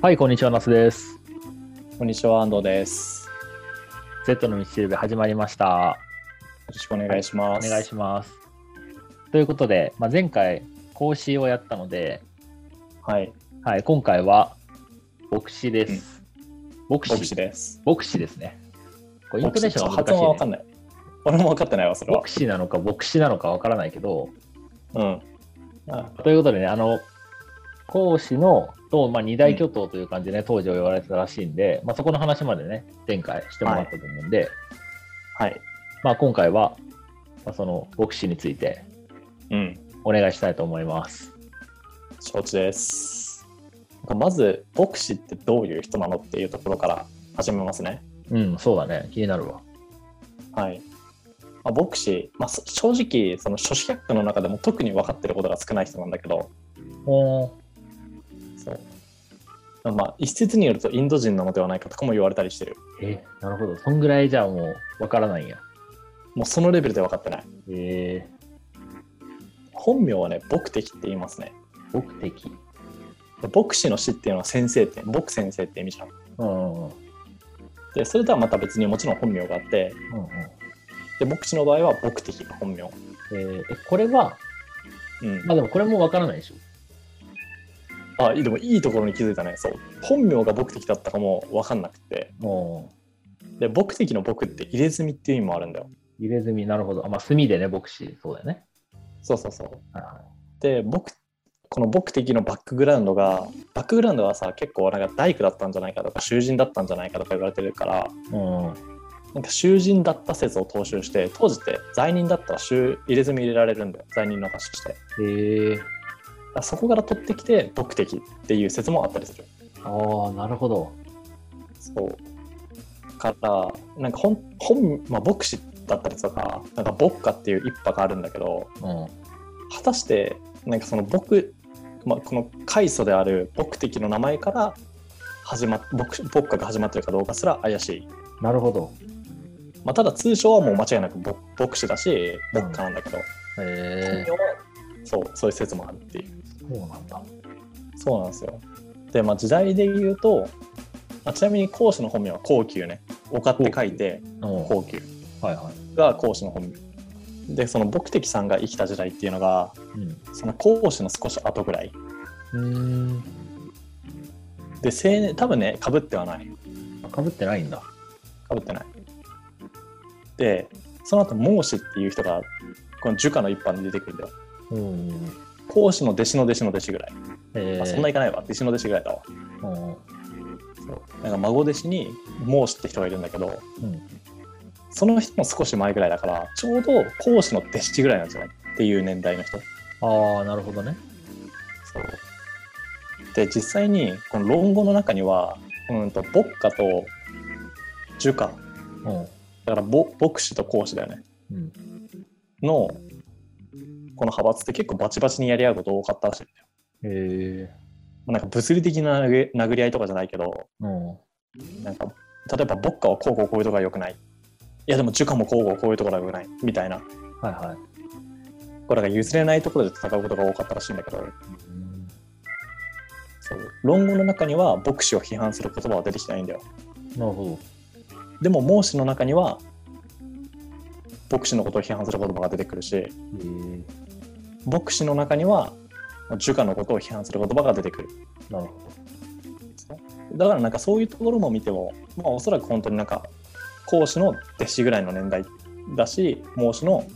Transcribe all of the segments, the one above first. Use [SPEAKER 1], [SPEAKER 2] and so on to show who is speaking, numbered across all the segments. [SPEAKER 1] はい、こんにちは、那須です。
[SPEAKER 2] こんにちは、安藤です。
[SPEAKER 1] Z の道しるべ始まりました。
[SPEAKER 2] よろしくお願いしま
[SPEAKER 1] お
[SPEAKER 2] す。
[SPEAKER 1] 願いします。ということで、まあ、前回、講師をやったので、
[SPEAKER 2] はい、
[SPEAKER 1] はい、今回は、牧師です。牧師
[SPEAKER 2] 牧師です。
[SPEAKER 1] 牧師ですね。これイントネーションが
[SPEAKER 2] 牧師ちょっと発音は
[SPEAKER 1] 難し
[SPEAKER 2] 分か
[SPEAKER 1] い、
[SPEAKER 2] ん
[SPEAKER 1] ね。
[SPEAKER 2] ない。俺も分かってないわ、それは
[SPEAKER 1] 牧。師なのか牧師なのかわからないけど、
[SPEAKER 2] うん。あ
[SPEAKER 1] ということでね、あの、講師のと、まあ、二大巨頭という感じでね、当時は言われてたらしいんで、まあ、そこの話までね、前回してもらったと思うんで、
[SPEAKER 2] はい。
[SPEAKER 1] まあ、今回は、まあ、その牧師について
[SPEAKER 2] うん。
[SPEAKER 1] お願いしたいと思います。
[SPEAKER 2] 承知です。なんかまず、牧師ってどういう人なのっていうところから始めますね。
[SPEAKER 1] うん、そうだね。気になるわ。
[SPEAKER 2] はい。まあ、牧師、まあ、そ正直、その諸子百科の中でも特に分かってることが少ない人なんだけど、
[SPEAKER 1] おー
[SPEAKER 2] そう。まあ、一説によるとインド人なのではないかとかも言われたりしてる。
[SPEAKER 1] え、なるほど。そんぐらいじゃもうわからないんや。
[SPEAKER 2] もうそのレベルで分かってない。
[SPEAKER 1] え
[SPEAKER 2] 本名はね、牧的って言いますね。
[SPEAKER 1] ー、目的。
[SPEAKER 2] 牧師の師っていうのは先生って牧先生って意味じゃん
[SPEAKER 1] うんうんうん。
[SPEAKER 2] でそれとはまた別にもちろん本名があって
[SPEAKER 1] うんうん
[SPEAKER 2] で牧師の場合は牧的が本
[SPEAKER 1] え
[SPEAKER 2] 名、
[SPEAKER 1] ーえ、これは、
[SPEAKER 2] うん、
[SPEAKER 1] まあでもこれもわからないでしょ。
[SPEAKER 2] あでもいいところに気づいたねそう本名が牧的だったかも分かんなくて
[SPEAKER 1] おー
[SPEAKER 2] で牧的の牧って入れ墨っていう意味もあるんだよ
[SPEAKER 1] 入れ墨、なるほど。あ、まあ、墨でね、牧師。そうだよね。
[SPEAKER 2] そうそうそう
[SPEAKER 1] はいはい
[SPEAKER 2] で牧この牧的のバックグラウンドがバックグラウンドはさ結構なんか大工だったんじゃないかとか囚人だったんじゃないかとか言われてるから
[SPEAKER 1] うんうん。
[SPEAKER 2] なんか囚人だった説を踏襲して当時って罪人だったら囚入れ墨入れられるんだよ罪人の貸しして
[SPEAKER 1] えー、
[SPEAKER 2] そこから取ってきて僕的っていう説もあったりする
[SPEAKER 1] ああ、なるほど。
[SPEAKER 2] そうからなんか本本、まあ、牧師だったりとかなんか牧歌っていう一派があるんだけど
[SPEAKER 1] うん。
[SPEAKER 2] 果たしてなんかその僕、まあ、この開祖である牧的の名前から始まっ牧牧歌が始まってるかどうかすら怪しい、
[SPEAKER 1] なるほど。
[SPEAKER 2] まあ、ただ通称はもう間違いなく牧牧師だし牧歌なんだけど、
[SPEAKER 1] え
[SPEAKER 2] 本名はそうそういう説もあるっていう
[SPEAKER 1] ー、そうなんだ。
[SPEAKER 2] そうなんですよ。で、まあ、時代で言うと、まあ、ちなみに講師の本名は高級ね。丘って書いて、
[SPEAKER 1] うん。
[SPEAKER 2] 高級
[SPEAKER 1] はいはい。
[SPEAKER 2] が講師の本名。で、その牧的さんが生きた時代っていうのが、
[SPEAKER 1] うん。
[SPEAKER 2] その講師の少し後ぐらい。
[SPEAKER 1] うーん。
[SPEAKER 2] で、青年、多分ね、かぶってはない。
[SPEAKER 1] かぶってないんだ。
[SPEAKER 2] かぶってない。で、その後、孟子っていう人が、この儒家の一般に出てくるんだよ。
[SPEAKER 1] うん。
[SPEAKER 2] 講師の弟子の弟子の弟子ぐらい。
[SPEAKER 1] えー、
[SPEAKER 2] あそんないかないわ。弟子の弟子ぐらいだわ。
[SPEAKER 1] うん
[SPEAKER 2] そうなんか孫弟子に孟子って人がいるんだけど、
[SPEAKER 1] うん
[SPEAKER 2] その人も少し前ぐらいだからちょうど孔子の弟子ぐらいなんじゃないっていう年代の人
[SPEAKER 1] ああ、なるほどね。
[SPEAKER 2] で実際にこの論語の中にはうんと牧歌と儒家
[SPEAKER 1] うん。
[SPEAKER 2] だからぼ牧師と孔子だよね
[SPEAKER 1] うん、
[SPEAKER 2] のこの派閥って結構バチバチにやり合うこと多かったらしいんだよ
[SPEAKER 1] え
[SPEAKER 2] なんか物理的な殴り殴り合いとかじゃないけど
[SPEAKER 1] ー、うん。
[SPEAKER 2] なんか例えば牧歌はこうこうこういうとこが良くないいやでも儒家もこうこうこういうところが良くないみたいな
[SPEAKER 1] はいはい。
[SPEAKER 2] これが譲れないところで戦うことが多かったらしいんだけど
[SPEAKER 1] うん
[SPEAKER 2] そう論語の中には牧師を批判する言葉は出てきてないんだよ
[SPEAKER 1] なるほ
[SPEAKER 2] でも孟子の中には牧師のことを批判する言葉が出てくるし
[SPEAKER 1] ど。えー、
[SPEAKER 2] 牧師の中には儒家のことを批判する言葉が出てくる
[SPEAKER 1] なるほ
[SPEAKER 2] だからなんかそういうところも見ても、まあ、おそらく本当になんか孔子の弟子ぐらいの年代だし孟子の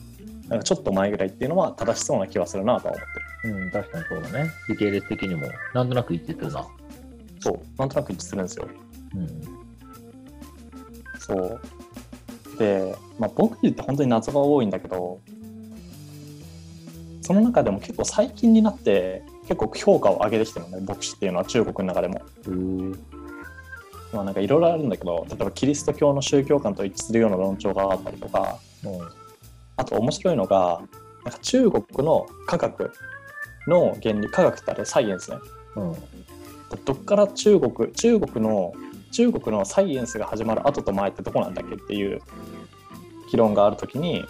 [SPEAKER 2] なんかちょっと前ぐらいっていうのは正しそうな気はするなとは思ってる
[SPEAKER 1] ど。うん、確かにそうだね。時系列的にも、なんとなく言ってたな。
[SPEAKER 2] そうなんとなく一致するんですよ
[SPEAKER 1] うん。
[SPEAKER 2] そう。で、まあ、僕って本当に謎が多いんだけど、その中でも結構最近になって、結構評価を上げてきてるのね、牧師っていうのは中国の中でも。
[SPEAKER 1] うん。
[SPEAKER 2] まあ、なんかいろいろあるんだけど、例えばキリスト教の宗教観と一致するような論調があったりとか、あと面白いのが、なんか中国の科学の原理、科学ってあれサイエンスね。
[SPEAKER 1] うん。
[SPEAKER 2] どっから中国、中国の、中国のサイエンスが始まる後と前ってどこなんだっけっていう議論があるときに、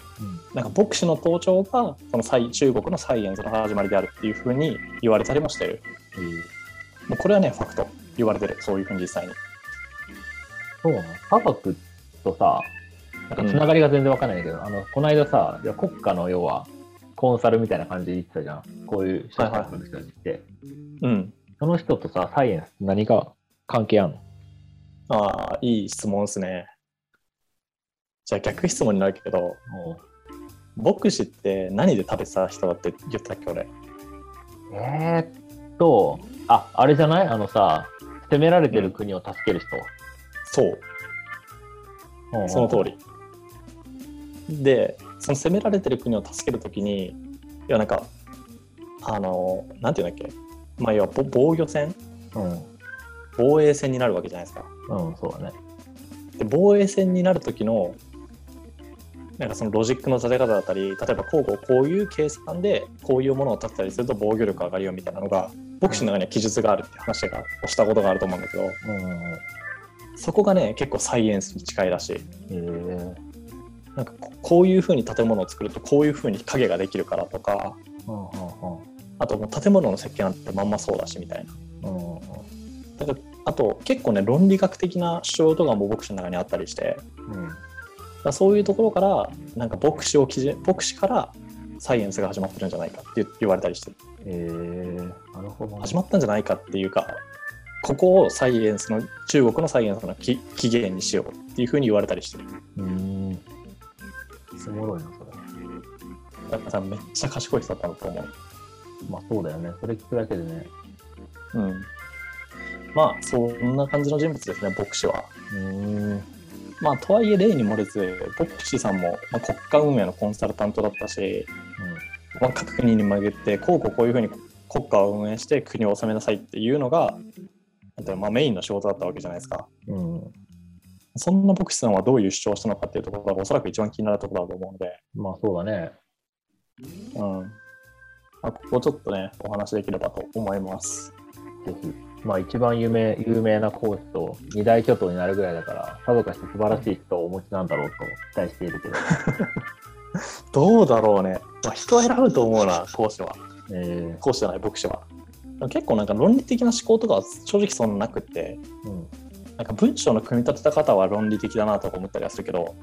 [SPEAKER 2] なんか牧師の登頂がその最中国のサイエンスの始まりであるっていうふうに言われたりもしてる。
[SPEAKER 1] うん。
[SPEAKER 2] もうこれはね、ファクト。言われてる、そういうふうに実際に。
[SPEAKER 1] そうなの科学とさ、なんかつながりが全然わかんないんだけど、あのこの間さ、いや国家の要はコンサルみたいな感じで言ってたじゃん、こういう社会の人たちって、
[SPEAKER 2] うん。
[SPEAKER 1] その人とさ、サイエンスって何か関係あるの
[SPEAKER 2] ああ、いい質問ですね。じゃあ逆質問になるけど、牧師って何で食べてた人だって言ったっけ、俺。
[SPEAKER 1] えー、っと、ああれじゃないあのさ、攻められてる国を助ける人。
[SPEAKER 2] そう、その通り。で、その攻められてる国を助けるときに、いや、なんか、あの、なんていうんだっけ、まあ、要はぼ防御戦、
[SPEAKER 1] うん、
[SPEAKER 2] 防衛戦になるわけじゃないですか。
[SPEAKER 1] うん、そうだね。
[SPEAKER 2] で防衛戦になる時のなんかそのロジックの立て方だったり例えば交互こういう計算でこういうものを立てたりすると防御力上がるよみたいなのがボクシングの中には記述があるって話がをしたことがあると思うんだけど
[SPEAKER 1] うん
[SPEAKER 2] そこがね結構サイエンスに近いらしい
[SPEAKER 1] えー
[SPEAKER 2] なんかここういうふうに建物を作るとこういうふうに影ができるからとか
[SPEAKER 1] うんうん
[SPEAKER 2] あともう建物の設計なんてまんまそうだしみたいな
[SPEAKER 1] うんうん
[SPEAKER 2] だからあと結構ね論理学的な主張とかもボクシングの中にあったりして
[SPEAKER 1] うん
[SPEAKER 2] だからそういうところからなんか牧師を基準牧師からサイエンスが始まってるんじゃないかって言われたりしてる
[SPEAKER 1] えー、なるほどね、
[SPEAKER 2] 始まったんじゃないかっていうかここをサイエンスの中国のサイエンスの起起源にしようっていうふうに言われたりしてる
[SPEAKER 1] うーん。おもろいな、それ。
[SPEAKER 2] だからさめっちゃ賢い人だったんだと思う
[SPEAKER 1] まあそうだよね。それ聞くだけでね。
[SPEAKER 2] うんまあそんな感じの人物ですね牧師は
[SPEAKER 1] うーん。
[SPEAKER 2] まあとはいえ例に漏れず牧師さんも、まあ、国家運営のコンサルタントだったしまあ、各国に紛ってこうこうこういうふうに国家を運営して国を治めなさいっていうのがなんていうのまあメインの仕事だったわけじゃないですか
[SPEAKER 1] うん。うん。
[SPEAKER 2] そんな牧師さんはどういう主張をしたのかっていうところがおそらく一番気になるところだと思うので、
[SPEAKER 1] まあそうだね。
[SPEAKER 2] うんまあ、ここちょっとねお話できればと思います
[SPEAKER 1] ぜひ。まあ一番有名有名な講師と二大巨頭になるぐらいだから、さぞかし素晴らしい人をお持ちなんだろうと期待しているけど。
[SPEAKER 2] どうだろうね、まあ、人は選ぶと思うな講師は
[SPEAKER 1] え
[SPEAKER 2] 講師じゃない牧師はでも結構なんか論理的な思考とかは正直そんななくって
[SPEAKER 1] ーうん。
[SPEAKER 2] なんか文章の組み立てた方は論理的だなとか思ったりはするけど、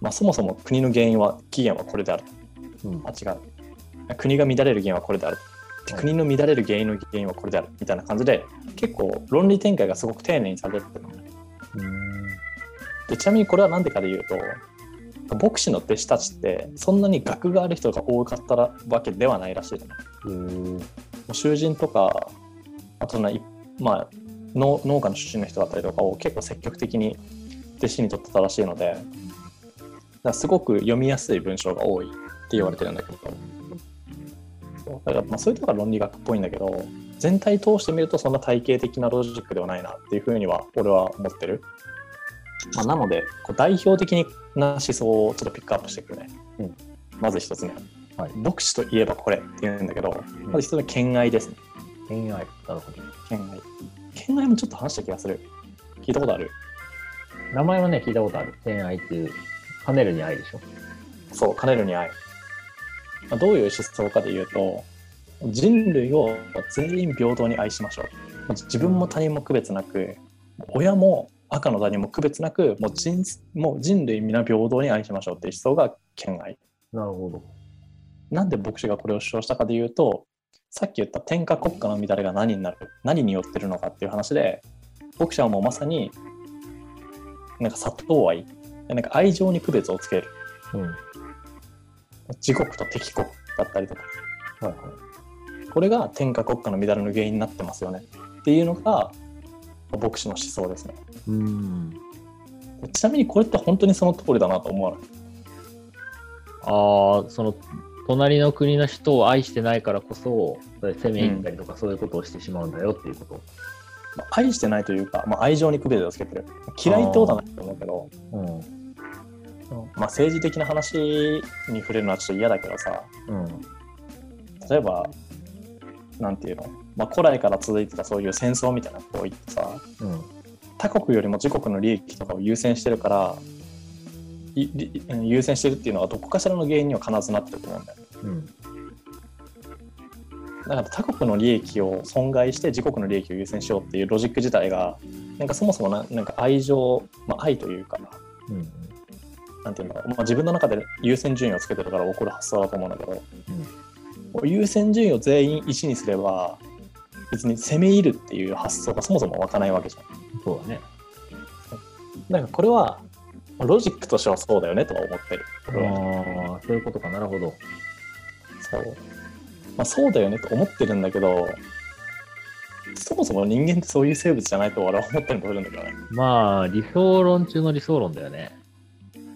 [SPEAKER 2] まあ、そもそも国の原因は起源はこれである
[SPEAKER 1] うん
[SPEAKER 2] あ、違う国が乱れる原因はこれであるで
[SPEAKER 1] はい
[SPEAKER 2] 国の乱れる原因の原因はこれであるみたいな感じで結構論理展開がすごく丁寧にされてるのねでちなみにこれは何でかで言うと牧師の弟子たちってそんなに学がある人が多かったらわけではないらしいのね
[SPEAKER 1] うーん。
[SPEAKER 2] もう囚人とかあとない、まあ、農農家の出身の人だったりとかを結構積極的に弟子に取ってたらしいのでだからすごく読みやすい文章が多いって言われてるんだけどそうだからまあそういうところが論理学っぽいんだけど全体通してみるとそんな体系的なロジックではないなっていうふうには俺は思ってる、まあ、なのでこう代表的な思想をちょっとピックアップしていくね、
[SPEAKER 1] うん
[SPEAKER 2] まず一つ目、
[SPEAKER 1] はい
[SPEAKER 2] 牧師といえばこれっていうんだけどまず一つ目兼愛ですね
[SPEAKER 1] 恋愛。なるほど。
[SPEAKER 2] 県外県外もちょっと話した気がする聞いたことある
[SPEAKER 1] 名前はね、聞いたことある。恋愛っていう、パネルに愛でしょ。
[SPEAKER 2] そうカネルに愛、まあ、どういう思想かで言うと人類を全員平等に愛しましょうまあ自分も他人も区別なく親も赤の他人も区別なくもう人もう人類皆平等に愛しましょうっていう思想が県外
[SPEAKER 1] なるほど。
[SPEAKER 2] なんで牧師がこれを主張したかで言うとさっき言った天下国家の乱れが何になる何によってるのかっていう話で牧師はもうまさになんか砂糖愛なんか愛情に区別をつける
[SPEAKER 1] うん。は
[SPEAKER 2] 自国と敵国だったりとか
[SPEAKER 1] いはい。
[SPEAKER 2] これが天下国家の乱れの原因になってますよねっていうのが牧師の思想ですね
[SPEAKER 1] うーん。
[SPEAKER 2] ちなみにこれって本当にその通りだなと思わない
[SPEAKER 1] ああ、その、隣の国の人を愛してないからこそ、それ攻め入ったりとか、そういうことをしてしまうんだよっていうこと。
[SPEAKER 2] まあ愛してないというか、まあ、愛情に区別をつけてる嫌いってことはないと思うけど
[SPEAKER 1] うん。
[SPEAKER 2] まあ、政治的な話に触れるのはちょっと嫌だけどさ
[SPEAKER 1] うん。
[SPEAKER 2] 例えばなんていうの、まあ、古来から続いてたそういう戦争みたいなことを言ってさ
[SPEAKER 1] うん。
[SPEAKER 2] 他国よりも自国の利益とかを優先してるからいり優先してるっていうのはどこかしらの原因には必ずなってると思うんだよ
[SPEAKER 1] うん。
[SPEAKER 2] なんか他国の利益を損害して自国の利益を優先しようっていうロジック自体がなんかそもそもななんか愛情、まあ、愛というか
[SPEAKER 1] うんうん
[SPEAKER 2] なんていうんだろう、まあ、自分の中で優先順位をつけてるから起こる発想だと思うんだけど、優先順位を全員1にすれば別に攻め入るっていう発想がそもそも湧かないわけじゃん。
[SPEAKER 1] そうだね。
[SPEAKER 2] なんかこれはまあロジックとしてはそうだよねとは思ってる。これは
[SPEAKER 1] ああ、そういうことか、なるほど。
[SPEAKER 2] そうまあ、そうだよねと思ってるんだけどそもそも人間ってそういう生物じゃないと俺は思ったりもするんだけどね。
[SPEAKER 1] まあ、理想論中の理想論だよね。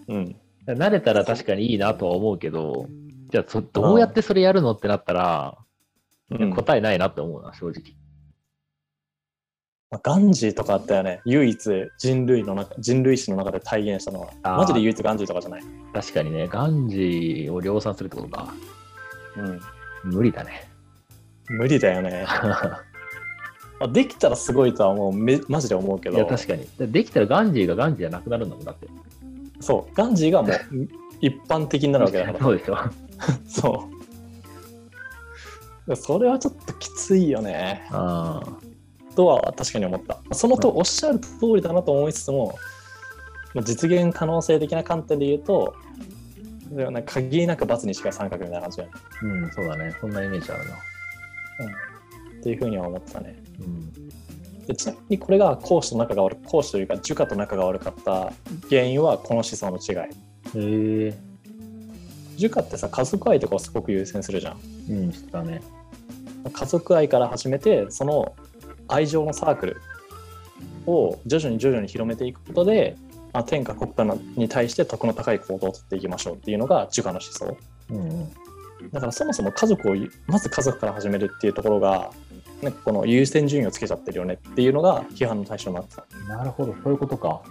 [SPEAKER 2] うん、
[SPEAKER 1] 慣れたら確かにいいなとは思うけど、じゃあそどうやってそれやるのってなったら、
[SPEAKER 2] うんま
[SPEAKER 1] 答えないなって思うな、正直。
[SPEAKER 2] あガンジーとかあったよね唯一人類の中人類史の中で体現したの
[SPEAKER 1] あ
[SPEAKER 2] は
[SPEAKER 1] ー
[SPEAKER 2] マジで唯一ガンジーとかじゃない。
[SPEAKER 1] 確かにね、ガンジーを量産するってことか。
[SPEAKER 2] うん
[SPEAKER 1] 無理だ ね。
[SPEAKER 2] 無理だよね。まあ、できたらすごいとはもうめマジで思うけ
[SPEAKER 1] いや、
[SPEAKER 2] ど
[SPEAKER 1] 確かに。でできたらガンジーがガンジーじゃなくなるんだもんだって。
[SPEAKER 2] そうガンジーがもう一般的になるわけだから
[SPEAKER 1] そうでし ょ。
[SPEAKER 2] そうそれはちょっときついよね
[SPEAKER 1] ああ。
[SPEAKER 2] とは確かに思ったそのとおっしゃる通りだなと思いつつもまあ実現可能性的な観点で言うとでもなんか限りなく×に近い三角みたいな感じだよね
[SPEAKER 1] うん、そうだね。そんなイメージあるな。
[SPEAKER 2] っていうふうには思ったね
[SPEAKER 1] うん。
[SPEAKER 2] でちなみにこれが講師と仲が悪講師というか儒家と仲が悪かった原因はこの思想の違い
[SPEAKER 1] へえ。
[SPEAKER 2] 儒家ってさ家族愛とかをすごく優先するじゃん
[SPEAKER 1] うん、知ったね。
[SPEAKER 2] 家族愛から始めてその愛情のサークルを徐々に徐々に広めていくことで、あ、天下国家に対して得の高い行動をとっていきましょうっていうのが儒家の思想
[SPEAKER 1] うんうん。
[SPEAKER 2] だからそもそも家族をまず家族から始めるっていうところがなんかこの優先順位をつけちゃってるよねっていうのが批判の対象になってた
[SPEAKER 1] なるほど、そういうことか。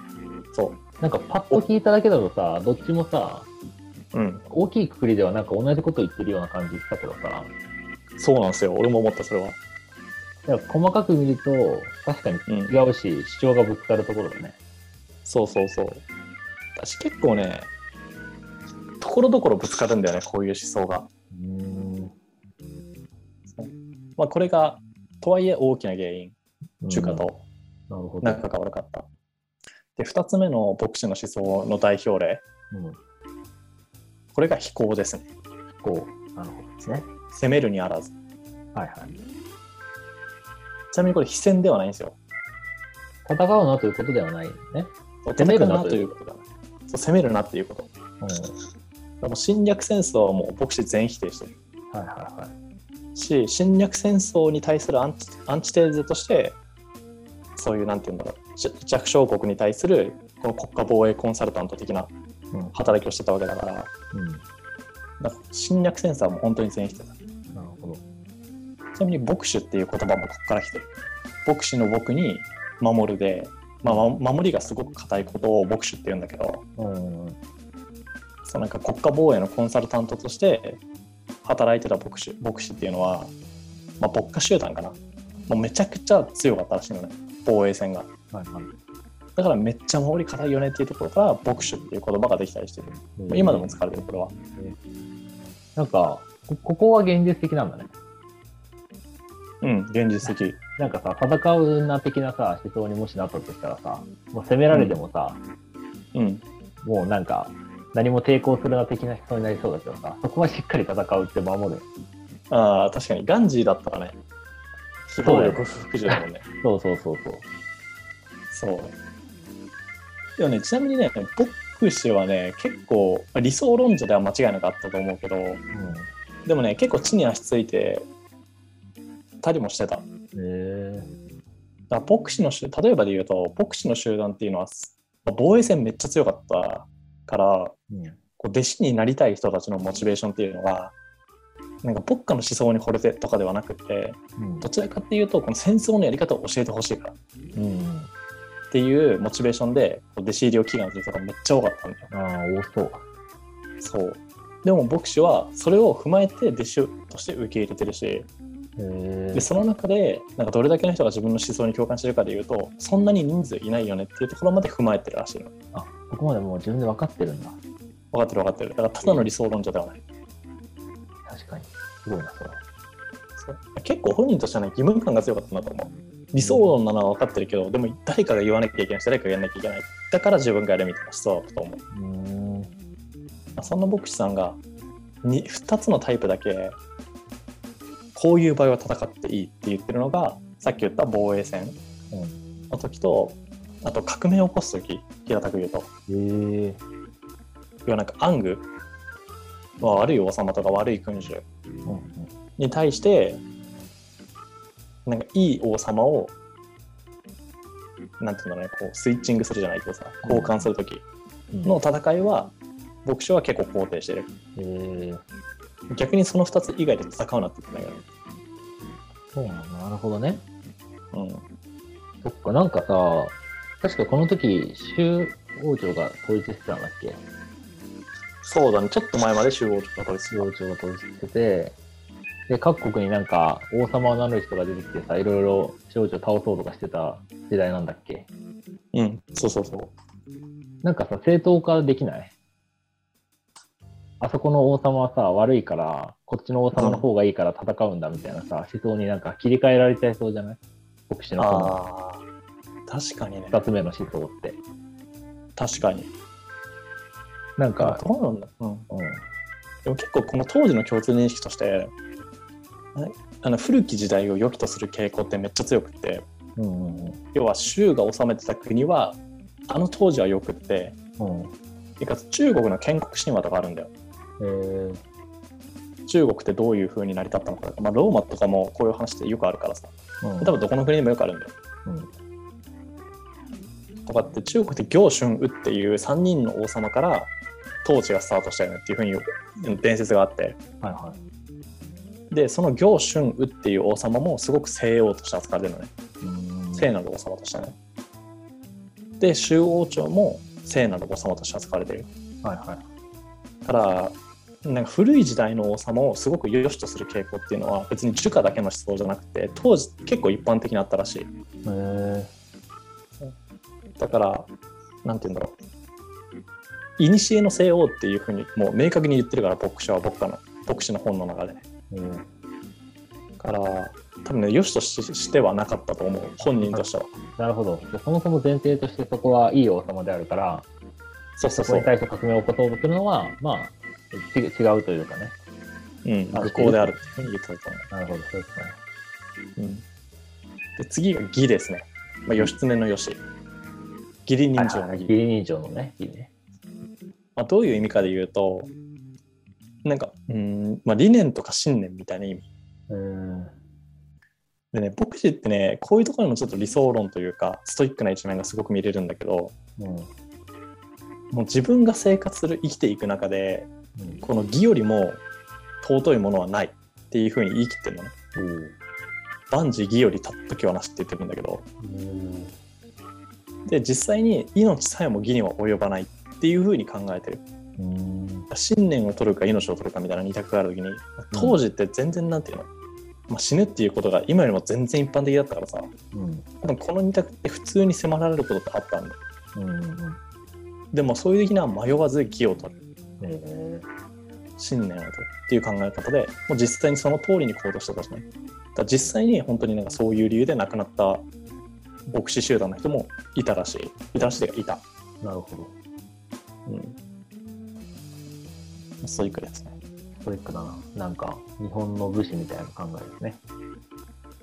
[SPEAKER 2] そ
[SPEAKER 1] なんかパッと聞いただけだとさ、どっちもさ、
[SPEAKER 2] ううん
[SPEAKER 1] 大きいくくりではなんか同じこと言ってるような感じしたけどさ、
[SPEAKER 2] そうなんですよ俺も思ったそれは
[SPEAKER 1] でも細かく見ると確かに
[SPEAKER 2] うん
[SPEAKER 1] 違うし、主張がぶつかるところだね。
[SPEAKER 2] そうそうそう私結構ねところどころぶつかるんだよねこういう思想が
[SPEAKER 1] うん。
[SPEAKER 2] まあ、これがとはいえ大きな原因中華と
[SPEAKER 1] なるほど。
[SPEAKER 2] 仲が悪かった。で2つ目の牧師の思想の代表例
[SPEAKER 1] うん。
[SPEAKER 2] これが非行ですね
[SPEAKER 1] こう、なるほどですね。
[SPEAKER 2] 攻めるにあらず
[SPEAKER 1] はいはい。
[SPEAKER 2] ちなみにこれ非戦ではないんですよ
[SPEAKER 1] 戦うなということではないよね。
[SPEAKER 2] 攻
[SPEAKER 1] 攻めるな
[SPEAKER 2] ということだそう攻めるなっていうこと
[SPEAKER 1] う
[SPEAKER 2] でも侵略戦争はもう牧師全否定してる
[SPEAKER 1] ん。はいはいはい。
[SPEAKER 2] し侵略戦争に対するアンチアンチテーゼとしてそういうなんていうんだろうじゃ弱小国に対するこの国家防衛コンサルタント的な
[SPEAKER 1] うん。
[SPEAKER 2] 働きをしてたわけだから
[SPEAKER 1] うん。
[SPEAKER 2] だから侵略戦争はもう本当に全否定だ
[SPEAKER 1] なるほど。
[SPEAKER 2] ちなみに牧師っていう言葉もここから来てる牧師の僕に守るで、まあ、ま守りがすごく硬いことを牧師って言うんだけど
[SPEAKER 1] うん。
[SPEAKER 2] そうなんか国家防衛のコンサルタントとして働いてた牧師牧師っていうのは、まあ、牧歌集団かなもうめちゃくちゃ強かったらしいのね防衛戦が
[SPEAKER 1] はいはい。
[SPEAKER 2] だからめっちゃ守り硬いよねっていうところから牧師っていう言葉ができたりしてる今でも使われてるこれは
[SPEAKER 1] なんか、こここは現実的なんだね。
[SPEAKER 2] うん現実的
[SPEAKER 1] なんかさ、戦うな的なさ、思想にもしなったとしたらさ、もう攻められてもさ、
[SPEAKER 2] うん
[SPEAKER 1] もうなんか、何も抵抗するな的な思想になりそうだけどさ、そこはしっかり戦うって守る。
[SPEAKER 2] あー確かにガンジーだったらね非暴力不服従だもんね
[SPEAKER 1] そうそうそうそう。
[SPEAKER 2] そう。でもね、ちなみにね、牧師はね、結構、まあ理想論者では間違いなかったと思うけど、でもね、結構地に足ついてたりもしてた。だか
[SPEAKER 1] うん、へえ
[SPEAKER 2] ら牧師の集、例えばで言うと、牧師の集団っていうのは、まあ防衛戦めっちゃ強かったから、こう弟子になりたい人たちのモチベーションっていうのは、なんか牧歌の思想に惚れてとかではなくて、
[SPEAKER 1] うん
[SPEAKER 2] どちらかっていうと、この戦争のやり方を教えてほしいから。
[SPEAKER 1] うん。
[SPEAKER 2] っていうモチベーションでこう弟子入りを祈願する人がめっちゃ多かったんだよ。
[SPEAKER 1] ああ、多そう。
[SPEAKER 2] そうでも牧師はそれを踏まえて弟子として受け入れてるし
[SPEAKER 1] へ
[SPEAKER 2] でその中でなんかどれだけの人が自分の思想に共感してるかでいうとそんなに人数いないよねっていうところまで踏まえてるらしいの
[SPEAKER 1] あ、ここまでもう自分で分かってるんだ。
[SPEAKER 2] 分かってる分かってるだからただの理想論者ではない
[SPEAKER 1] 確かに。すごいな、それ。
[SPEAKER 2] そう結構本人としては、ね、義務感が強かったなと思う理想なのは分かってるけどでも誰かが言わなきゃいけないし誰かがやんなきゃいけないだから自分がやるみたいな人だったと思う
[SPEAKER 1] うん。
[SPEAKER 2] そんな牧師さんが 2, 2つのタイプだけこういう場合は戦っていいって言ってるのがさっき言った防衛戦の時とあと革命を起こす時平たく言うと
[SPEAKER 1] ええ
[SPEAKER 2] 要はなんか暗愚は悪い王様とか悪い君主
[SPEAKER 1] うん
[SPEAKER 2] に対してなんかいい王様をなんていうんだろうねこうスイッチングするじゃないけどさ交換する時
[SPEAKER 1] うん。
[SPEAKER 2] の戦いは牧師は結構肯定してる
[SPEAKER 1] ええ
[SPEAKER 2] 逆にその2つ以外で戦うなって言ってないか
[SPEAKER 1] そうなんだ。なるほどね。
[SPEAKER 2] ら、うん、
[SPEAKER 1] そっか、なんかさ、確かこの時、周王朝が統一してたんだっけ
[SPEAKER 2] そうだね、ちょっと前まで集合とかこれす
[SPEAKER 1] 周王朝が統一してて、で、各国になんか王様を名乗る人が出てきてさ、いろいろ周王朝倒そうとかしてた時代なんだっけ
[SPEAKER 2] うん、そうそうそう。
[SPEAKER 1] なんかさ、正当化できないあそこの王様はさ、悪いから、こっちの王様の方がいいから戦うんだみたいなさ、思想になんか切り替えられちゃいそうじゃない牧師のその
[SPEAKER 2] ああ、確かにね。
[SPEAKER 1] 二つ目の思想って。
[SPEAKER 2] 確かに。
[SPEAKER 1] なんか、
[SPEAKER 2] どうなんだ、うん、
[SPEAKER 1] うん。
[SPEAKER 2] でも結構この当時の共通認識として、ああの古き時代を良きとする傾向ってめっちゃ強くって、
[SPEAKER 1] うんうん
[SPEAKER 2] 要は州が治めてた国は、あの当時は良くって、
[SPEAKER 1] うん。うん。
[SPEAKER 2] てかつ中国の建国神話とかあるんだよ。
[SPEAKER 1] えー
[SPEAKER 2] 中国ってどういう風に成り立ったのかとか、まあ、ローマとかもこういう話ってよくあるからさ、
[SPEAKER 1] うん
[SPEAKER 2] 多分どこの国にもよくあるんだよ。
[SPEAKER 1] うん
[SPEAKER 2] とかって中国で行春雨っていう3人の王様から統治がスタートしたよねっていうふうによ伝説があって
[SPEAKER 1] はいはい。
[SPEAKER 2] でその行春雨っていう王様もすごく西洋として扱われるのね聖なる王様としてねで周王朝も聖なる王様として扱われてる
[SPEAKER 1] はいはい。
[SPEAKER 2] だからなんか古い時代の王様をすごく良しとする傾向っていうのは別に儒家だけの思想じゃなくて当時結構一般的にあったらしい
[SPEAKER 1] えー、
[SPEAKER 2] だから、なんて言うんだろう。いにしえの西欧っていうふうに、もう明確に言ってるから、牧師は僕家の、牧師の本の中でね。
[SPEAKER 1] うん
[SPEAKER 2] だから、多分ね、良しとししてはなかったと思う、本人としては。
[SPEAKER 1] なるほど。でそもそも前提としてそこはいい王様であるから、
[SPEAKER 2] そうそう
[SPEAKER 1] そ
[SPEAKER 2] そ
[SPEAKER 1] こに
[SPEAKER 2] う。
[SPEAKER 1] 対して革命を起こそうとするのは、まあ、ち違うというかね。
[SPEAKER 2] うん、愚行であるっていうふうに言ってたと思
[SPEAKER 1] なるほど、そうですね。
[SPEAKER 2] う。うん、で次が義ですね。まあ、義経の義。義理人情
[SPEAKER 1] は
[SPEAKER 2] の
[SPEAKER 1] いはい義
[SPEAKER 2] 義。
[SPEAKER 1] 理人情のね、いいね。
[SPEAKER 2] まあ、どういう意味かで言うと、なんか、うん、まあ、理念とか信念みたいな意味。
[SPEAKER 1] うん。
[SPEAKER 2] でね、牧師ってね、こういうところにもちょっと理想論というか、ストイックな一面がすごく見れるんだけど、
[SPEAKER 1] うん。
[SPEAKER 2] もう自分が生活する、生きていく中で、この義よりも尊いものはないっていうふうに言い切ってるのね。万事義より尊きはなしって言ってるんだけど、
[SPEAKER 1] うん。
[SPEAKER 2] で、実際に命さえも義には及ばないっていうふうに考えてる。
[SPEAKER 1] うん。
[SPEAKER 2] 信念を取るか命を取るかみたいな二択があるときに、当時って全然なんていうの、まあ、死ぬっていうことが今よりも全然一般的だったからさ、
[SPEAKER 1] うん。
[SPEAKER 2] 多分この二択って普通に迫られることってあったんだよ
[SPEAKER 1] うん。
[SPEAKER 2] でもそういう時には迷わず義を取る
[SPEAKER 1] え
[SPEAKER 2] 信念を取るっていう考え方でもう実際にその通りに行動してたしねだから実際に本当になんかそういう理由で亡くなった牧師集団の人もいたらしいいたらしいというかい
[SPEAKER 1] ー、なるほど。
[SPEAKER 2] た、うん、そういうくらいですね
[SPEAKER 1] ストイックだな。なんか、日本の武士みたいな考えですね。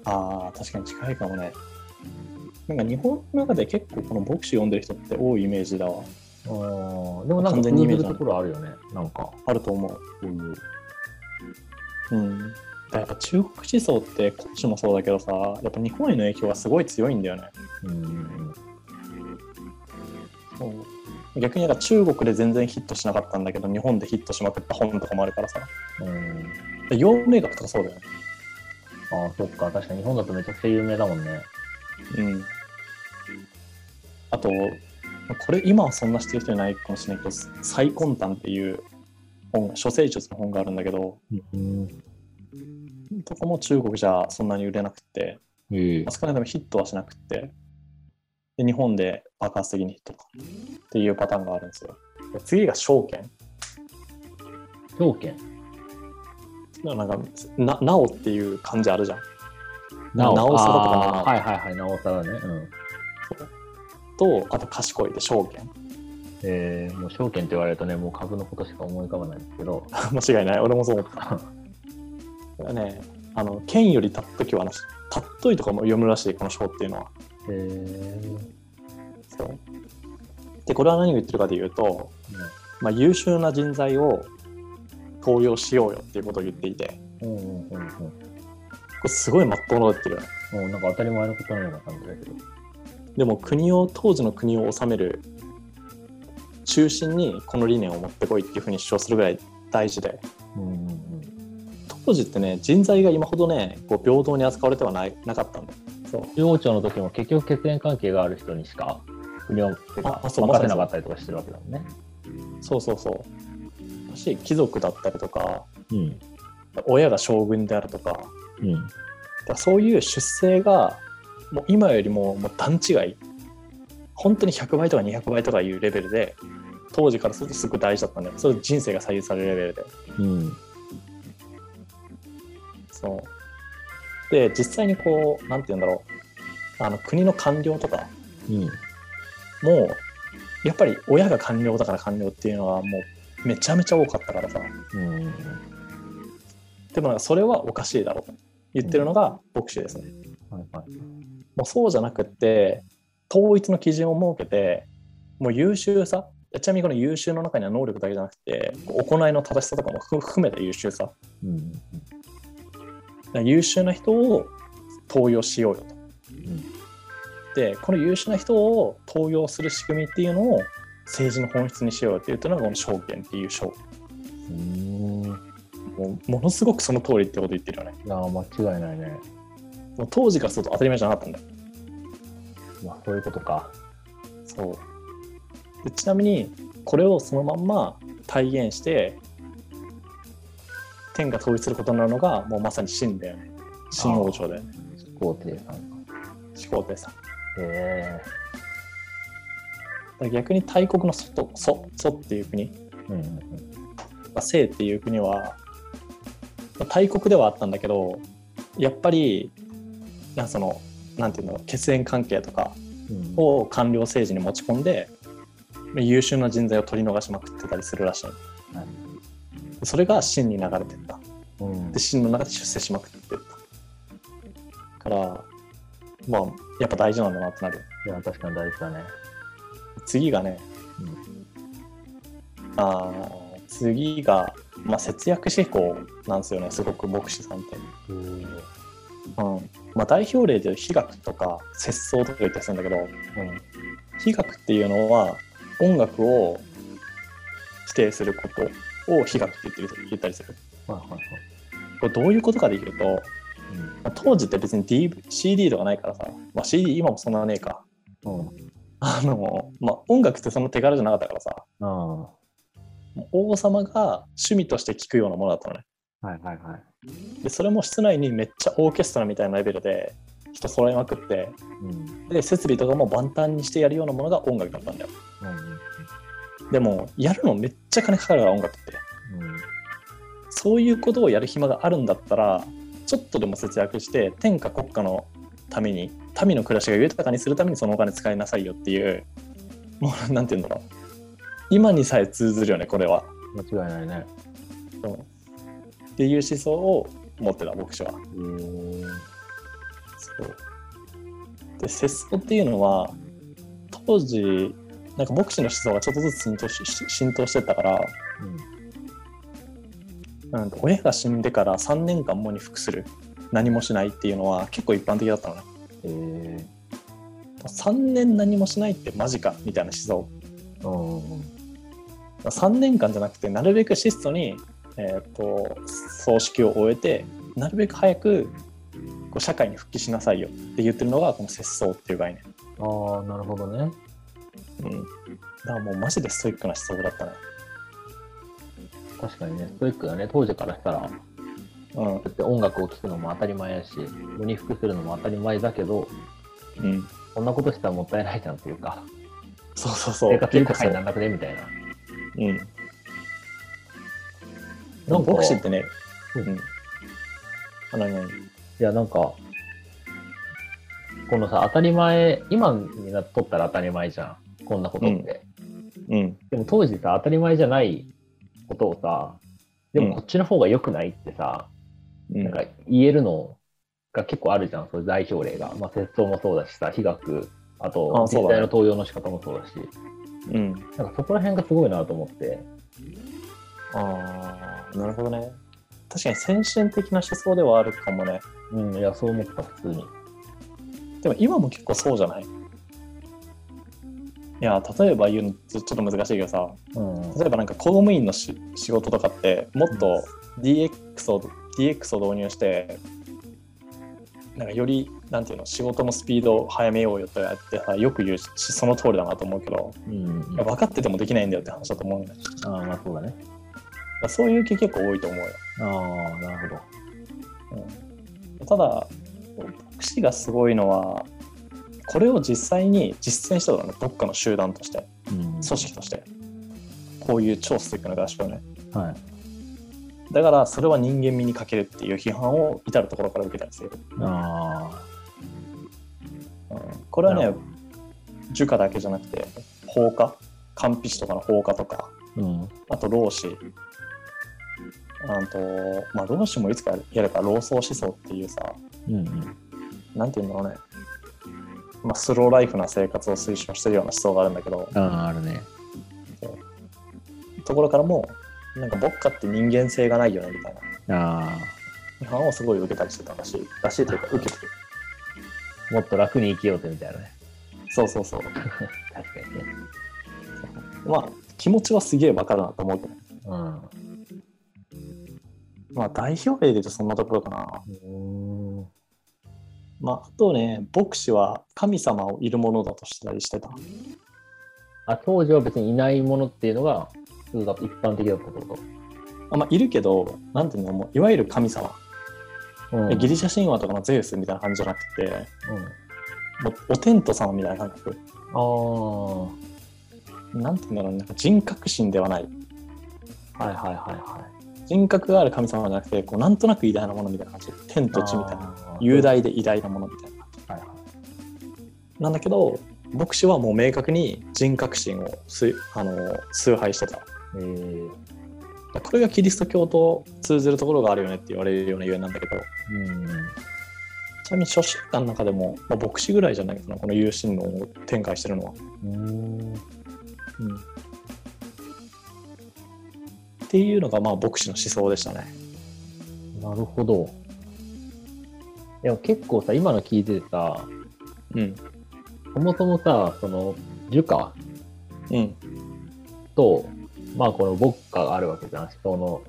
[SPEAKER 2] あー確かに近いかもねなんか日本の中で結構この牧師読んでる人って多いイメージだわ
[SPEAKER 1] あーでもなんか
[SPEAKER 2] 完全にイメージ
[SPEAKER 1] 通ずるところあるよね。なんか、こ
[SPEAKER 2] あると思う
[SPEAKER 1] ういう。
[SPEAKER 2] うんやっぱ中国思想ってこっちもそうだけどさやっぱ日本への影響がすごい強いんだよね
[SPEAKER 1] うん。
[SPEAKER 2] 逆になんか中国で全然ヒットしなかったんだけど日本でヒットしまくった本とかもあるからさ
[SPEAKER 1] うん
[SPEAKER 2] 陽明学とかそうだよね、
[SPEAKER 1] ああ、そっか。確かに日本だとめちゃくちゃ有名だもんね。
[SPEAKER 2] うん、あとこれ今はそんなしてる人いないかもしれないけど「最根端」っていう本書生術の本があるんだけど
[SPEAKER 1] うん。
[SPEAKER 2] どこも中国じゃそんなに売れなくって
[SPEAKER 1] ええ
[SPEAKER 2] まあ少なくともヒットはしなくってで日本で爆発的にヒットとかっていうパターンがあるんですよで次が証券
[SPEAKER 1] 証券。
[SPEAKER 2] なんかななおっていう漢字あるじゃん。
[SPEAKER 1] なお
[SPEAKER 2] なおさらとかな
[SPEAKER 1] あーはいはいはい、なおさらね。うん。
[SPEAKER 2] とあと賢いで証券
[SPEAKER 1] えー、もう証券って言われるとね、もう株のことしか思い浮かばないんですけど、
[SPEAKER 2] 間違いない俺もそう思った。だ からねあの剣よりたっときはなし。たっといとかも読むらしいこの章っていうのは。
[SPEAKER 1] えー、
[SPEAKER 2] そうでこれは何を言ってるかでいうと、まあ、優秀な人材を登用しようよっていうことを言っていて
[SPEAKER 1] う
[SPEAKER 2] こ
[SPEAKER 1] んうんうんうん。
[SPEAKER 2] れすごい真っ当なこと言ってるよね
[SPEAKER 1] もうなんか当たり前のことのような感じだけど。
[SPEAKER 2] でも国を当時の国を治める中心にこの理念を持ってこいっていうふうに主張するぐらい大事で
[SPEAKER 1] うんうんうん。
[SPEAKER 2] 当時ってね人材が今ほどねこう平等に扱われてはないなかったんだよそう
[SPEAKER 1] 中央庁の時も結局血縁関係がある人にしか国を
[SPEAKER 2] あそう
[SPEAKER 1] 任せなかったりとかしてるわけだもんね。
[SPEAKER 2] そうそうそうだし貴族だったりとか
[SPEAKER 1] うん。
[SPEAKER 2] 親が将軍であるとか
[SPEAKER 1] うん。
[SPEAKER 2] だからそういう出世がもう今よりももう段違い本当に100倍とか200倍とかいうレベルで当時からするとすごく大事だったんだよそれ人生が左右されるレベルで
[SPEAKER 1] うん。
[SPEAKER 2] そうで実際にこうなんて言うんだろうあの国の官僚とか
[SPEAKER 1] うん。
[SPEAKER 2] もやっぱり親が官僚だから官僚っていうのはもうめちゃめちゃ多かったからさ
[SPEAKER 1] うん。
[SPEAKER 2] でもなんかそれはおかしいだろうと言ってるのが牧師ですね
[SPEAKER 1] はいはい。
[SPEAKER 2] もうそうじゃなくって統一の基準を設けてもう優秀さちなみにこの優秀の中には能力だけじゃなくてこう行いの正しさとかも 含含めた優秀さ
[SPEAKER 1] うん。
[SPEAKER 2] だから優秀な人を登用しようよと
[SPEAKER 1] うん。
[SPEAKER 2] でこの優秀な人を登用する仕組みっていうのを政治の本質にしようよって言ったのがこの証券っていう章
[SPEAKER 1] うん。うん。
[SPEAKER 2] もうものすごくその通りってこと言ってるよね
[SPEAKER 1] いやー、間違いないね。
[SPEAKER 2] もう当時からすると当たり前じゃなかったんだよ
[SPEAKER 1] まあ、そういうことか。
[SPEAKER 2] そうでちなみにこれをそのまんま体現して天が統一することになるのがもうまさに秦だよね秦王朝だよね
[SPEAKER 1] 皇帝さん。
[SPEAKER 2] 始皇帝さんだか
[SPEAKER 1] へ
[SPEAKER 2] ら逆に大国の外祖祖っていう国
[SPEAKER 1] えー。うんうん
[SPEAKER 2] 清っていう国はまあ大国ではあったんだけどやっぱりなんかそのなんていうんだろう血縁関係とか
[SPEAKER 1] うん。うん。
[SPEAKER 2] を官僚政治に持ち込んでまあ優秀な人材を取り逃しまくってたりするらしいそれが秦に流れてった
[SPEAKER 1] うん
[SPEAKER 2] で。真の中で出世しまくってったからまあやっぱ大事なんだなってなる
[SPEAKER 1] いや、確かに大事だね。
[SPEAKER 2] 次がね、あー次が、まあ、節約志向なんですよねすごく牧師さんって、
[SPEAKER 1] うん。うん。
[SPEAKER 2] うんまあ、代表例で飛楽とか節操とか言ったりするんだけど飛楽っていうのは音楽を指定することを飛楽って言ってる言ったりする
[SPEAKER 1] はいはいはい。
[SPEAKER 2] これどういうことかで言うとまあ当時って別に、DV CD とかないからさ、まあ、CD 今もそんなねえか
[SPEAKER 1] うん。うん。
[SPEAKER 2] あの、まあ、音楽ってそんな手軽じゃなかったからさ
[SPEAKER 1] ああ。は
[SPEAKER 2] もう王様が趣味として聴くようなものだったのね
[SPEAKER 1] いはいはい。
[SPEAKER 2] でそれも室内にめっちゃオーケストラみたいなレベルで人揃えまくって
[SPEAKER 1] うん。
[SPEAKER 2] で設備とかも万端にしてやるようなものが音楽だったんだよ
[SPEAKER 1] うん。
[SPEAKER 2] でもやるのめっちゃ金かかるから音楽って
[SPEAKER 1] うん。
[SPEAKER 2] そういうことをやる暇があるんだったらちょっとでも節約して天下国家のために民の暮らしが豊かにするためにそのお金使いなさいよっていうもうなんて言うんだろう今にさえ通ずるよねこれは、
[SPEAKER 1] 間違いないね。
[SPEAKER 2] うんっていう思想を持ってた僕は
[SPEAKER 1] うん。
[SPEAKER 2] そうで節操っていうのは当時なんか牧師の思想がちょっとずつ浸透しし浸透してったからなんか親が死んでから3年間喪に服する何もしないっていうのは結構一般的だったのね
[SPEAKER 1] ええ
[SPEAKER 2] 3年何もしないってマジかみたいな思
[SPEAKER 1] ー。うん。
[SPEAKER 2] 想3年間じゃなくてなるべく質素に、えー、と葬式を終えてなるべく早くこう社会に復帰しなさいよって言ってるのがこの節操っていう概念、
[SPEAKER 1] ああ、なるほどね。
[SPEAKER 2] うん、だからもうマジでストイックな思想だったね
[SPEAKER 1] 確かにね、ストイックだね。当時からしたら、だ
[SPEAKER 2] うん
[SPEAKER 1] って音楽を聴くのも当たり前やし、無に服するのも当たり前だけど、
[SPEAKER 2] うん
[SPEAKER 1] そんなことしたらもったいないじゃんっていうか、
[SPEAKER 2] そうそうそう
[SPEAKER 1] 生活豊かにならなくねみたいな。
[SPEAKER 2] うん
[SPEAKER 1] なんか
[SPEAKER 2] ボクシーってね
[SPEAKER 1] うん
[SPEAKER 2] うん。あのね、
[SPEAKER 1] いや、なんか、このさ、当たり前、今になっとったら当たり前じゃん。こんなことって。
[SPEAKER 2] うんうん。
[SPEAKER 1] でも当時さ、当たり前じゃないことをさ、で
[SPEAKER 2] うん
[SPEAKER 1] もこっちの方が良くないってさ、
[SPEAKER 2] うん
[SPEAKER 1] なんか言えるのが結構あるじゃん、そういう代表例が。まあ、節操もそうだしさ、被学、あと
[SPEAKER 2] あ、そ
[SPEAKER 1] 実
[SPEAKER 2] うだね
[SPEAKER 1] 際の登用の仕方もそうだし、
[SPEAKER 2] うん。
[SPEAKER 1] なんかそこら辺がすごいなと思って。
[SPEAKER 2] ああ、なるほどね。確かに先進的な思想ではあるかもね。
[SPEAKER 1] うん、いや、そう思った、普通に。
[SPEAKER 2] でも今も結構そうじゃないいや、例えば言うのちょちょっと難しいけどさ、
[SPEAKER 1] うん。
[SPEAKER 2] 例えばなんか公務員のし仕事とかって、もっと DX を DX を導入して、なんかより、なんていうの、仕事のスピードを早めようよとやってさ、よく言うし、その通りだなと思うけど、
[SPEAKER 1] うん
[SPEAKER 2] いや分かっててもできないんだよって話だと思うんだよね。だか
[SPEAKER 1] ああ、まあそうだね。
[SPEAKER 2] らそういう系結構多いと思うよ。
[SPEAKER 1] ああ、なるほど。
[SPEAKER 2] うんただ博士がすごいのはこれを実際に実践したのねどっかの集団として
[SPEAKER 1] うん。
[SPEAKER 2] 組織としてこういう超ストイックな合宿をね
[SPEAKER 1] はい。
[SPEAKER 2] だからそれは人間味に欠けるっていう批判を至るところから受けたりする、
[SPEAKER 1] ああ。
[SPEAKER 2] うんこれは
[SPEAKER 1] なる
[SPEAKER 2] ね儒家だけじゃなくて法家官筆師とかの法家とか
[SPEAKER 1] うん。
[SPEAKER 2] あと老子あと、まあ、老子もいつかやれば老荘思想っていうさ
[SPEAKER 1] うんうん。
[SPEAKER 2] なんて言うんだろうね、まあ、スローライフな生活を推奨してるような思想があるんだけど、
[SPEAKER 1] ああ、あるね。
[SPEAKER 2] ところからも、なんか、牧歌って人間性がないよねみたいな
[SPEAKER 1] あ
[SPEAKER 2] 批判をすごい受けたりしてたらしい、らしいというか、受けてる。
[SPEAKER 1] あ。もっと楽に生きようぜみたいなね。
[SPEAKER 2] そうそうそう。
[SPEAKER 1] 確かにね。
[SPEAKER 2] まあ、気持ちはすげえわかるなと思うけど、
[SPEAKER 1] うん。
[SPEAKER 2] まあ、代表例で言うとそんなところかな。
[SPEAKER 1] う
[SPEAKER 2] まあ、あとね、牧師は神様をいるものだとしたりしてた。
[SPEAKER 1] あ当時は別にいないものっていうのが普通だ一般的だったってこ
[SPEAKER 2] あまあ、いるけど、なんていうの、もういわゆる神様、
[SPEAKER 1] と、うん
[SPEAKER 2] ギリシャ神話とかのゼウスみたいな感じじゃなくて、もうお天道様みたいな感覚。
[SPEAKER 1] うん、あ
[SPEAKER 2] なんていうんだろうねなんか人格心ではない
[SPEAKER 1] あはいはいはいは
[SPEAKER 2] 人格がある神様じゃなくてこうなんとなく偉大なものみたいな感じ天
[SPEAKER 1] い
[SPEAKER 2] と地みたいな
[SPEAKER 1] な
[SPEAKER 2] 雄大で偉大なものみたいな
[SPEAKER 1] はいはい
[SPEAKER 2] なんだけど牧師はもう明確に人格心を崇あの崇拝してた
[SPEAKER 1] えー
[SPEAKER 2] これがキリスト教と通ずるところがあるよねって言われるようなゆえんなんだけど
[SPEAKER 1] うん
[SPEAKER 2] ちなみに初心者の中でも、まあ、牧師ぐらいじゃないかなこの有神論を展開してるのは、
[SPEAKER 1] うん
[SPEAKER 2] っていうのがまあ牧師の思想でしたね
[SPEAKER 1] なるほどでも結構さ今の聞いててさ
[SPEAKER 2] うん
[SPEAKER 1] そもそもさその儒家
[SPEAKER 2] うん
[SPEAKER 1] とまあこの牧歌があるわけじゃん思想の思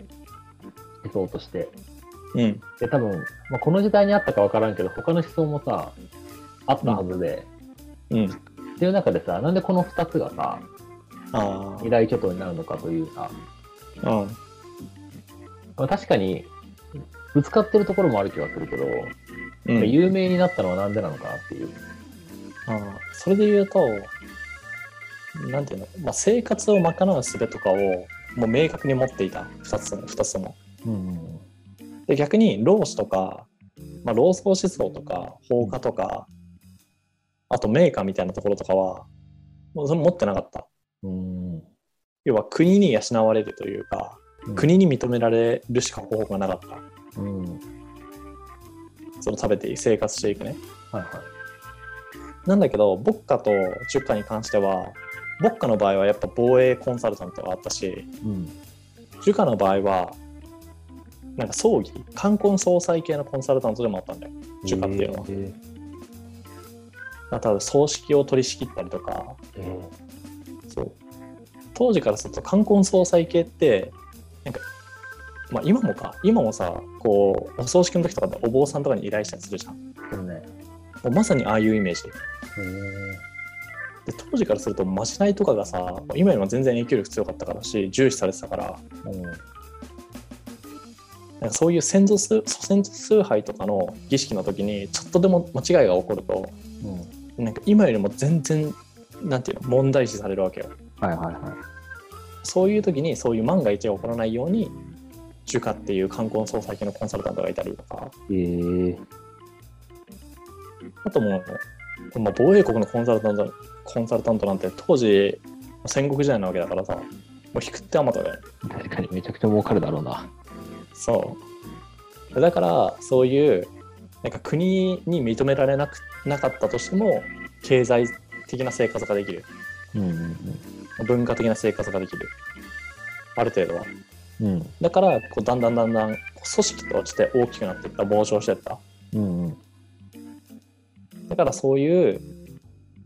[SPEAKER 1] 想として
[SPEAKER 2] うん
[SPEAKER 1] で多分、まあ、この時代にあったか分からんけど他の思想もさあったはずで、
[SPEAKER 2] うん
[SPEAKER 1] っていう中でさなんでこの2つがさ
[SPEAKER 2] あ
[SPEAKER 1] 二大巨頭になるのかというさ、
[SPEAKER 2] あうん
[SPEAKER 1] まあ、確かにぶつかってるところもある気はするけど、
[SPEAKER 2] うん
[SPEAKER 1] 有名になったのはなんでなのかなっていう。
[SPEAKER 2] ああそれで言うと、なんていうの、まあ、生活を賄う術とかをもう明確に持っていた、2つとも。二つとも
[SPEAKER 1] うん
[SPEAKER 2] で逆に、老子とか、まあ、老荘思想とか、法家とか、あと、名家みたいなところとかは、もうそれ持ってなかった。
[SPEAKER 1] うんうん
[SPEAKER 2] 要は、国に養われるというか、
[SPEAKER 1] うん
[SPEAKER 2] 国に認められるしか方法がなかった。
[SPEAKER 1] うん
[SPEAKER 2] その食べていい、生活していくね。
[SPEAKER 1] はいはい。
[SPEAKER 2] なんだけど、牧歌と儒家に関しては、牧歌の場合はやっぱ防衛コンサルタントがあったし、
[SPEAKER 1] うん
[SPEAKER 2] 儒家の場合はなんか葬儀冠婚葬祭系のコンサルタントでもあったんだよ儒家っていうのは、
[SPEAKER 1] えー
[SPEAKER 2] だから葬式を取り仕切ったりとか
[SPEAKER 1] え
[SPEAKER 2] そう当時からすると冠婚葬祭系ってなんかまあ今もか今もさこうお葬式の時とかでお坊さんとかに依頼したりするじゃんも
[SPEAKER 1] ーそうね。
[SPEAKER 2] うまさにああいうイメージ
[SPEAKER 1] えー
[SPEAKER 2] で当時からするとまじないとかがさ今よりも全然影響力強かったからし重視されてたから
[SPEAKER 1] うん
[SPEAKER 2] なんかそういう先祖崇祖先祖崇拝とかの儀式の時にちょっとでも間違いが起こると
[SPEAKER 1] うん
[SPEAKER 2] なんか今よりも全然なんていうの問題視されるわけよ
[SPEAKER 1] はいはいはい。
[SPEAKER 2] そういう時にそういう万が一が起こらないようにジュカっていう冠婚葬祭系のコンサルタントがいたりとか、
[SPEAKER 1] えー、
[SPEAKER 2] あともう、まあ、防衛国のコンサルタントコンサルタントなんて当時戦国時代なわけだからさもう引くってあまただよね
[SPEAKER 1] 確かにめちゃくちゃ儲かるだろうな。
[SPEAKER 2] そうだからそういうなんか国に認められなくなかったとしても経済的な生活ができる
[SPEAKER 1] うんうん
[SPEAKER 2] 文化的な生活ができるある程度は
[SPEAKER 1] うん。うん
[SPEAKER 2] だからこうだんだんだんだんこう組織として大きくなっていった膨張していった
[SPEAKER 1] うんうん。
[SPEAKER 2] だからそういう、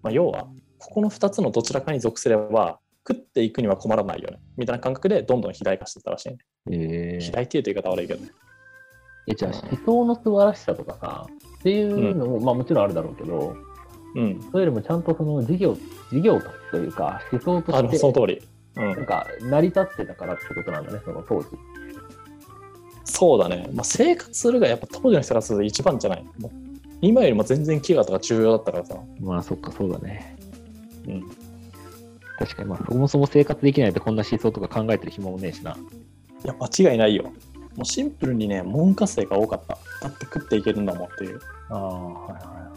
[SPEAKER 2] まあ、要はここの2つのどちらかに属すれば食っていくには困らないよねみたいな感覚でどんどん肥大化していったらしいね、
[SPEAKER 1] え
[SPEAKER 2] 肥
[SPEAKER 1] ー、
[SPEAKER 2] 大っていうと言い方悪いけどね
[SPEAKER 1] えじゃあ思想の素晴らしさとかさっていうのも、まあもちろんあるだろうけど
[SPEAKER 2] うん
[SPEAKER 1] それよりもちゃんとその事業事業というか思想と
[SPEAKER 2] あのそ
[SPEAKER 1] し
[SPEAKER 2] の
[SPEAKER 1] て
[SPEAKER 2] 通り、う
[SPEAKER 1] なん
[SPEAKER 2] ん、
[SPEAKER 1] か成り立ってたからってことなんだねその当時。
[SPEAKER 2] そうだね、まあ、生活するがやっぱ当時の生活で一番じゃないもう今よりも全然飢餓とか重要だったからさ、
[SPEAKER 1] まあそっかそうだね。
[SPEAKER 2] うん、
[SPEAKER 1] 確かにまあそもそも生活できないとこんな思想とか考えてる暇もねえしな。
[SPEAKER 2] いや間違いないよもうシンプルにね文科生が多かっただって食っていけるんだもんっていう
[SPEAKER 1] ああはいはいは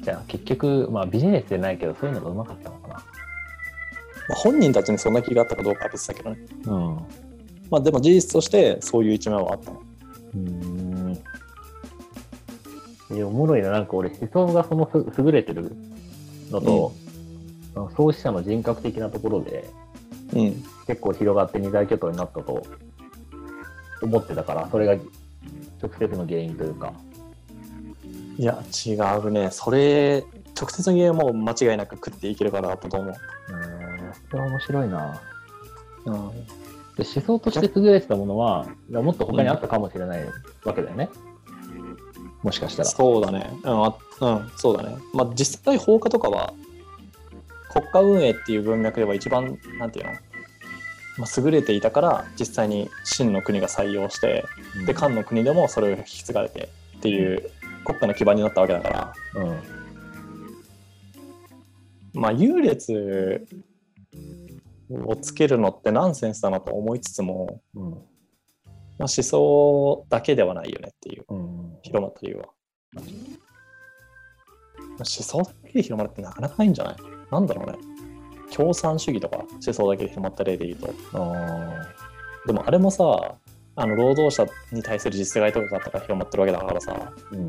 [SPEAKER 1] い。じゃあ結局まあビジネスじゃないけどそういうのがうまかったのかな。
[SPEAKER 2] まあ、本人たちにそんな気があったかどうかは別だけどね、
[SPEAKER 1] うん。
[SPEAKER 2] まあ、でも事実としてそういう一面はあったの
[SPEAKER 1] うーん。え、おもろいな、なんか俺、思想がそのす優れてるのと、あの創始者の人格的なところで、
[SPEAKER 2] うん
[SPEAKER 1] 結構広がって二大巨頭になったと思ってたから、それが直接の原因というか。
[SPEAKER 2] いや違うねそれ直接の言えも間違いなく食っていけるからだったと思う、
[SPEAKER 1] うーん、それは面白いな。
[SPEAKER 2] う
[SPEAKER 1] で
[SPEAKER 2] ん、
[SPEAKER 1] 思想として優れてたものは、いやもっと他にあったかもしれないわけだよね。もしかしたら。
[SPEAKER 2] そうだね。うん、あうん、そうだね。まあ、実際放火とかは、国家運営っていう文脈では一番、なんていうの、まあ、優れていたから、実際に秦の国が採用して、
[SPEAKER 1] うん
[SPEAKER 2] で、漢の国でもそれを引き継がれてっていう国家の基盤になったわけだから、
[SPEAKER 1] うん。
[SPEAKER 2] まあ、優劣をつけるのってナンセンスだなと思いつつも、
[SPEAKER 1] うん。
[SPEAKER 2] まあ、思想だけではないよねっていう、
[SPEAKER 1] うん。
[SPEAKER 2] 広まった理由は。まあ思想だけで広まるってなかなかないんじゃないなんだろうね。共産主義とか思想だけで広まった例で言うと。
[SPEAKER 1] あー
[SPEAKER 2] でもあれもさ、あの労働者に対する実害とかがあったから広まってるわけだからさ、
[SPEAKER 1] うん。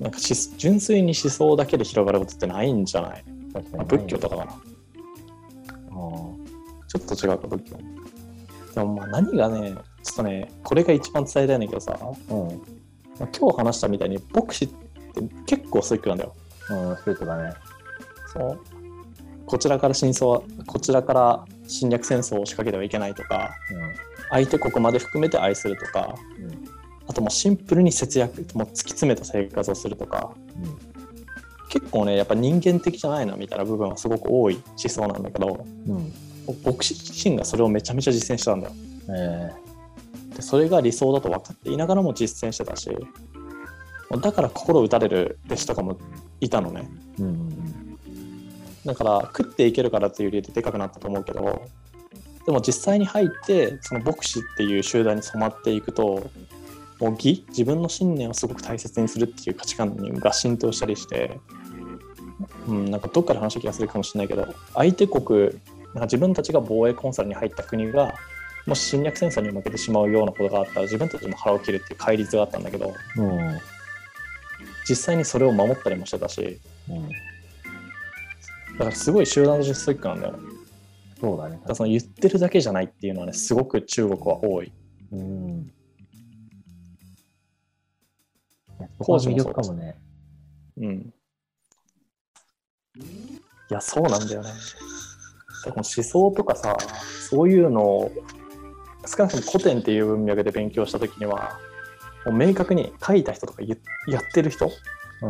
[SPEAKER 2] なんかし純粋に思想だけで広がることってないんじゃない、
[SPEAKER 1] 確か
[SPEAKER 2] まあ
[SPEAKER 1] に。
[SPEAKER 2] 仏教とかかな。
[SPEAKER 1] あー
[SPEAKER 2] ちょっと違うか、仏教。でもまあ何がね、ちょっとね、これが一番伝えたいんだけどさ、
[SPEAKER 1] うん。
[SPEAKER 2] まあ今日話したみたいに牧師って結構ストイックなんだよ。
[SPEAKER 1] うん、スーツだね。
[SPEAKER 2] そうこちらから真相はこちらから侵略戦争を仕掛けてはいけないとか相手国まで含めて愛するとか
[SPEAKER 1] うん。うん。
[SPEAKER 2] あともうシンプルに節約もう突き詰めた生活をするとか結構ねやっぱ人間的じゃないなみたいな部分はすごく多い思想なんだけど
[SPEAKER 1] うん。
[SPEAKER 2] 牧師自身がそれをめちゃめちゃ実践してたんだよ
[SPEAKER 1] え
[SPEAKER 2] でそれが理想だと分かっていながらも実践してたしだから心打たれる弟子とかもいたのね
[SPEAKER 1] ー、うん。
[SPEAKER 2] だから食っていけるからっていう理由ででかくなったと思うけどでも実際に入ってその牧師っていう集団に染まっていくともう義自分の信念をすごく大切にするっていう価値観が浸透したりして、うん、なんかどっかで話した気がするかもしれないけど相手国なんか自分たちが防衛コンサルに入った国がもし侵略戦争に負けてしまうようなことがあったら自分たちも腹を切るっていう戒律があったんだけど
[SPEAKER 1] うん。
[SPEAKER 2] 実際にそれを守ったりもしてたし
[SPEAKER 1] うん。
[SPEAKER 2] だからすごい集団としてストイックなんだよね。
[SPEAKER 1] そうだね
[SPEAKER 2] だか。らその言ってるだけじゃないっていうのはねすごく中国は多い
[SPEAKER 1] うん。こ
[SPEAKER 2] 工
[SPEAKER 1] う
[SPEAKER 2] 事
[SPEAKER 1] 魅
[SPEAKER 2] もそう
[SPEAKER 1] 力かもね。
[SPEAKER 2] うんいやそうなんだよねだからこの思想とかさそういうのを少なくとも古典っていう文脈で勉強した時にはもう明確に書いた人とか言やってる人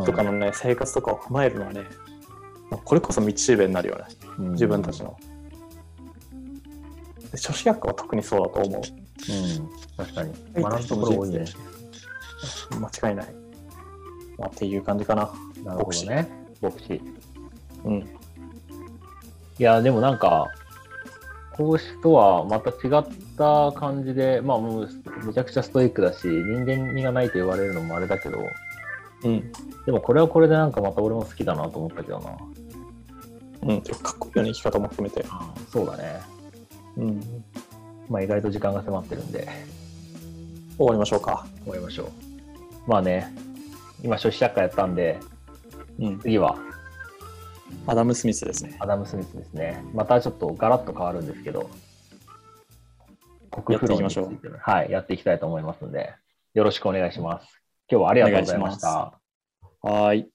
[SPEAKER 2] とかのね、生活とかを踏まえるのはねこれこそ道しるべになるよね
[SPEAKER 1] うん
[SPEAKER 2] 自分たち。の、で女子学科は特にそうだと思
[SPEAKER 1] う
[SPEAKER 2] う
[SPEAKER 1] ん。確かに。
[SPEAKER 2] は
[SPEAKER 1] 学
[SPEAKER 2] い
[SPEAKER 1] ぶところ多いね。
[SPEAKER 2] 間違いない、まあ、っていう感じかな
[SPEAKER 1] なるほどね。牧師。
[SPEAKER 2] うん
[SPEAKER 1] いや、でもなんか、孔子とはまた違った感じで、まあもう、めちゃくちゃストイックだし、人間味がないと言われるのもあれだけど、
[SPEAKER 2] うん。
[SPEAKER 1] でもこれはこれでなんかまた俺も好きだなと思ったけどな。
[SPEAKER 2] うん。かっこいいよね、生き方も含めて。
[SPEAKER 1] そうだね。
[SPEAKER 2] うん。
[SPEAKER 1] まあ意外と時間が迫ってるんで、
[SPEAKER 2] 終わりましょうか。
[SPEAKER 1] 終わりましょう。まあね、今、初期社会やったんで、
[SPEAKER 2] うん。
[SPEAKER 1] 次は
[SPEAKER 2] アダム・スミスですね。
[SPEAKER 1] アダム・スミスですね。またちょっとガラッと変わるんですけど、国風
[SPEAKER 2] やっていきましょう
[SPEAKER 1] はい、やっていきたいと思いますんで、よろしくお願いします。今日はありがとうございました。
[SPEAKER 2] はーい。